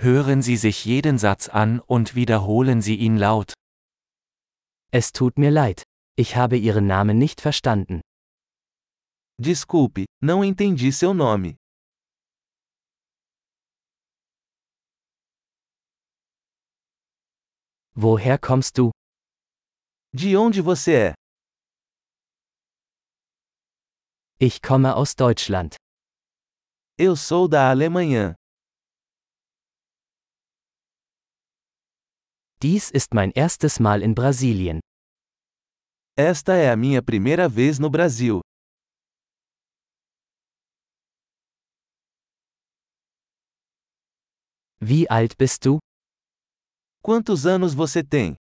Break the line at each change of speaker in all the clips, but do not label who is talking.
Hören Sie sich jeden Satz an und wiederholen Sie ihn laut.
Es tut mir leid. Ich habe Ihren Namen nicht verstanden.
Desculpe, não entendi seu nome.
Woher kommst du?
De onde você é?
Ich komme aus Deutschland.
Eu sou da Alemanha.
Dies ist mein erstes Mal in Brasilien.
Esta é a minha primeira vez no Brasil.
Wie alt bist du?
Quantos anos você tem?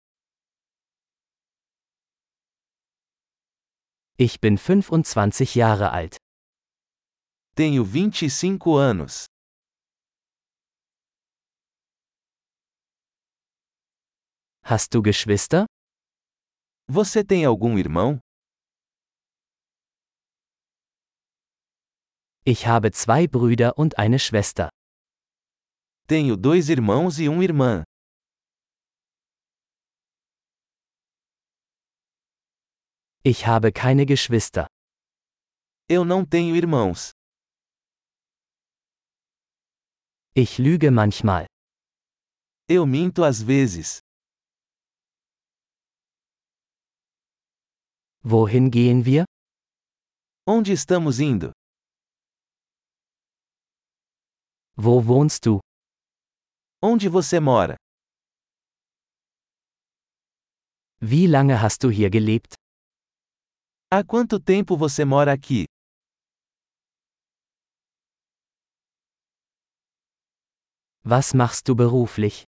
Ich bin 25 Jahre alt.
Tenho 25 anos.
Hast du Geschwister?
Você tem algum irmão?
Ich habe zwei Brüder und eine Schwester.
Tenho dois irmãos e uma irmã.
Ich habe keine Geschwister.
Eu não tenho irmãos.
Ich lüge manchmal.
Eu minto às vezes.
Wohin gehen wir?
Onde estamos indo?
Wo wohnst du?
Onde você mora?
Wie lange hast du hier gelebt?
Há quanto tempo você mora aqui?
Was machst du beruflich?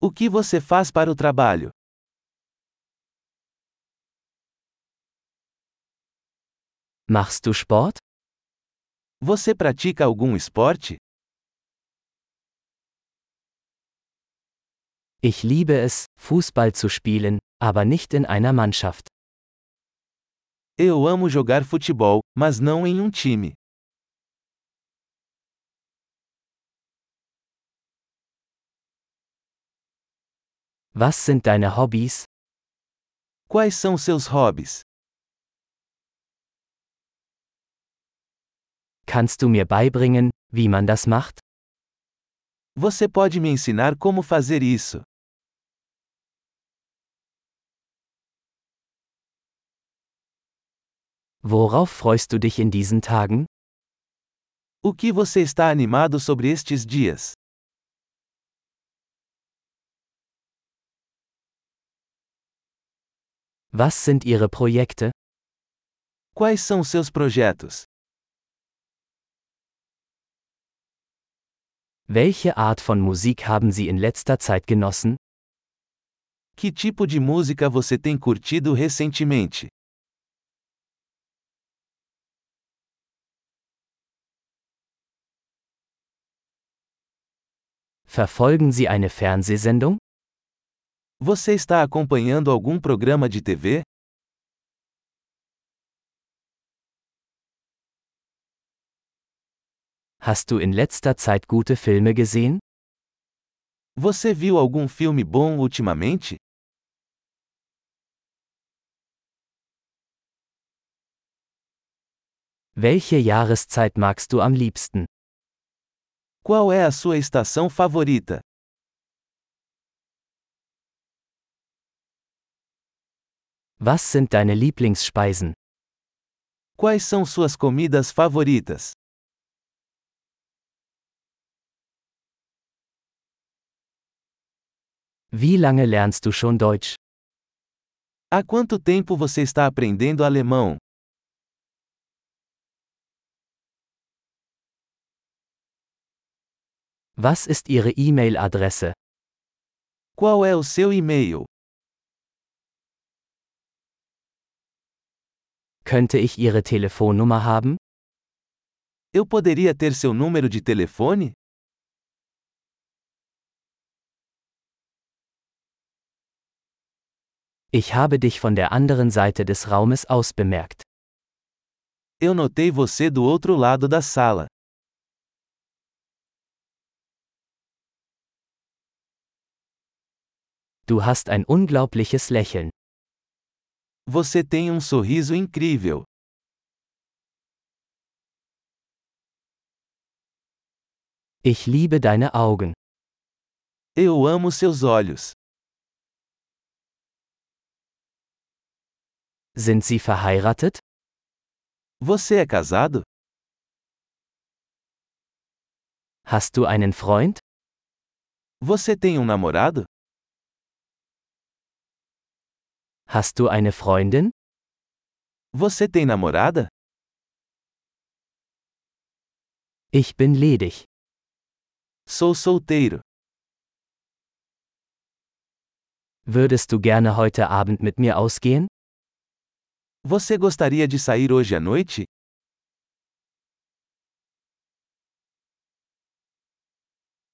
O que você faz para o trabalho?
Machst du Sport?
Você pratica algum esporte?
Ich liebe es, Fußball zu spielen, aber nicht in einer Mannschaft.
Eu amo jogar futebol, mas não em um time.
Was sind deine Hobbys?
Quais são seus hobbies?
Kannst du mir beibringen, wie man das macht?
Você pode me ensinar como fazer isso?
Worauf freust du dich in diesen Tagen?
O que você está animado sobre estes dias?
Was sind ihre Projekte?
Quais são seus projetos?
Welche Art von Musik haben sie in letzter Zeit genossen?
Que tipo de música você tem curtido recentemente?
Verfolgen sie eine Fernsehsendung?
Você está acompanhando algum programa de TV?
Hast du in letzter Zeit gute Filme gesehen?
Você viu algum filme bom ultimamente?
Welche Jahreszeit magst du am liebsten?
Qual é a sua estação favorita?
Was sind deine Lieblingsspeisen?
Quais são suas comidas favoritas?
Wie lange lernst du schon Deutsch?
Há quanto tempo você está aprendendo alemão?
Was ist ihre E-Mail-Adresse?
Qual é o seu e-mail?
Könnte ich ihre Telefonnummer haben?
Eu poderia ter seu número de telefone?
Ich habe dich von der anderen Seite des Raumes aus bemerkt.
Eu notei você do outro lado da sala.
Du hast ein unglaubliches Lächeln.
Você tem um sorriso incrível.
Ich liebe deine Augen.
Eu amo seus olhos.
Sind sie verheiratet?
Você é casado?
Hast du einen Freund?
Você tem um namorado?
Hast du eine Freundin?
Você tem namorada?
Ich bin ledig.
Sou solteiro.
Würdest du gerne heute Abend mit mir ausgehen?
Você gostaria de sair hoje à noite?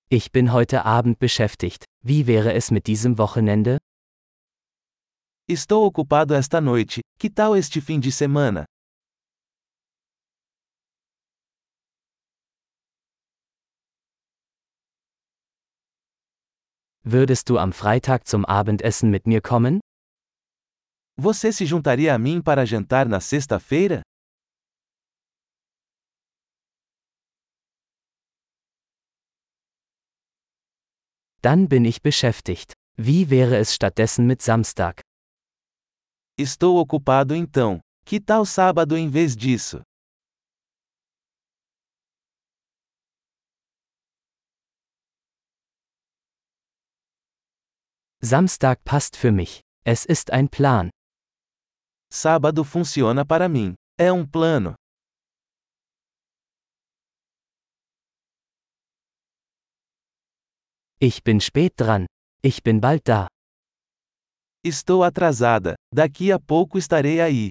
Ich bin heute Abend beschäftigt. Wie wäre es mit diesem Wochenende?
Estou ocupado esta noite. Que tal este fim de semana?
Würdest du am Freitag zum Abendessen mit mir kommen?
Você se juntaria a mim para jantar na sexta-feira?
Dann bin ich beschäftigt. Wie wäre es stattdessen mit Samstag?
Estou ocupado então. Que tal sábado em vez disso?
Samstag passt für mich. Es ist ein Plan.
Sábado funciona para mim. É um plano.
Ich bin spät dran. Ich bin bald da.
Estou atrasada. Daqui a pouco estarei aí.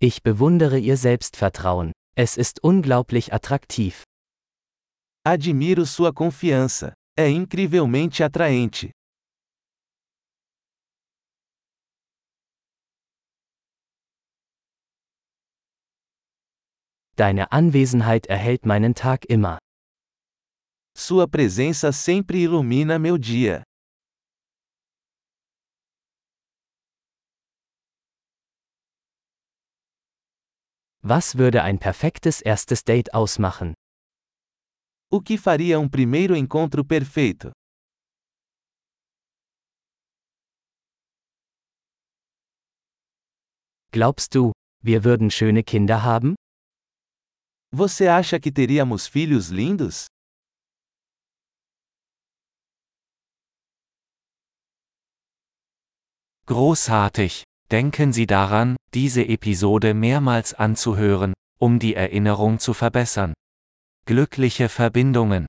Ich bewundere ihr Selbstvertrauen. Es ist unglaublich attraktiv.
Admiro sua confiança. É incrivelmente atraente.
Deine Anwesenheit erhält meinen Tag immer.
Sua presença sempre ilumina meu dia.
Was würde ein perfektes erstes Date ausmachen?
O que faria um primeiro encontro perfeito?
Glaubst du, wir würden schöne Kinder haben?
Você acha que teríamos filhos lindos?
Großartig! Denken Sie daran, diese Episode mehrmals anzuhören, um die Erinnerung zu verbessern. Glückliche Verbindungen!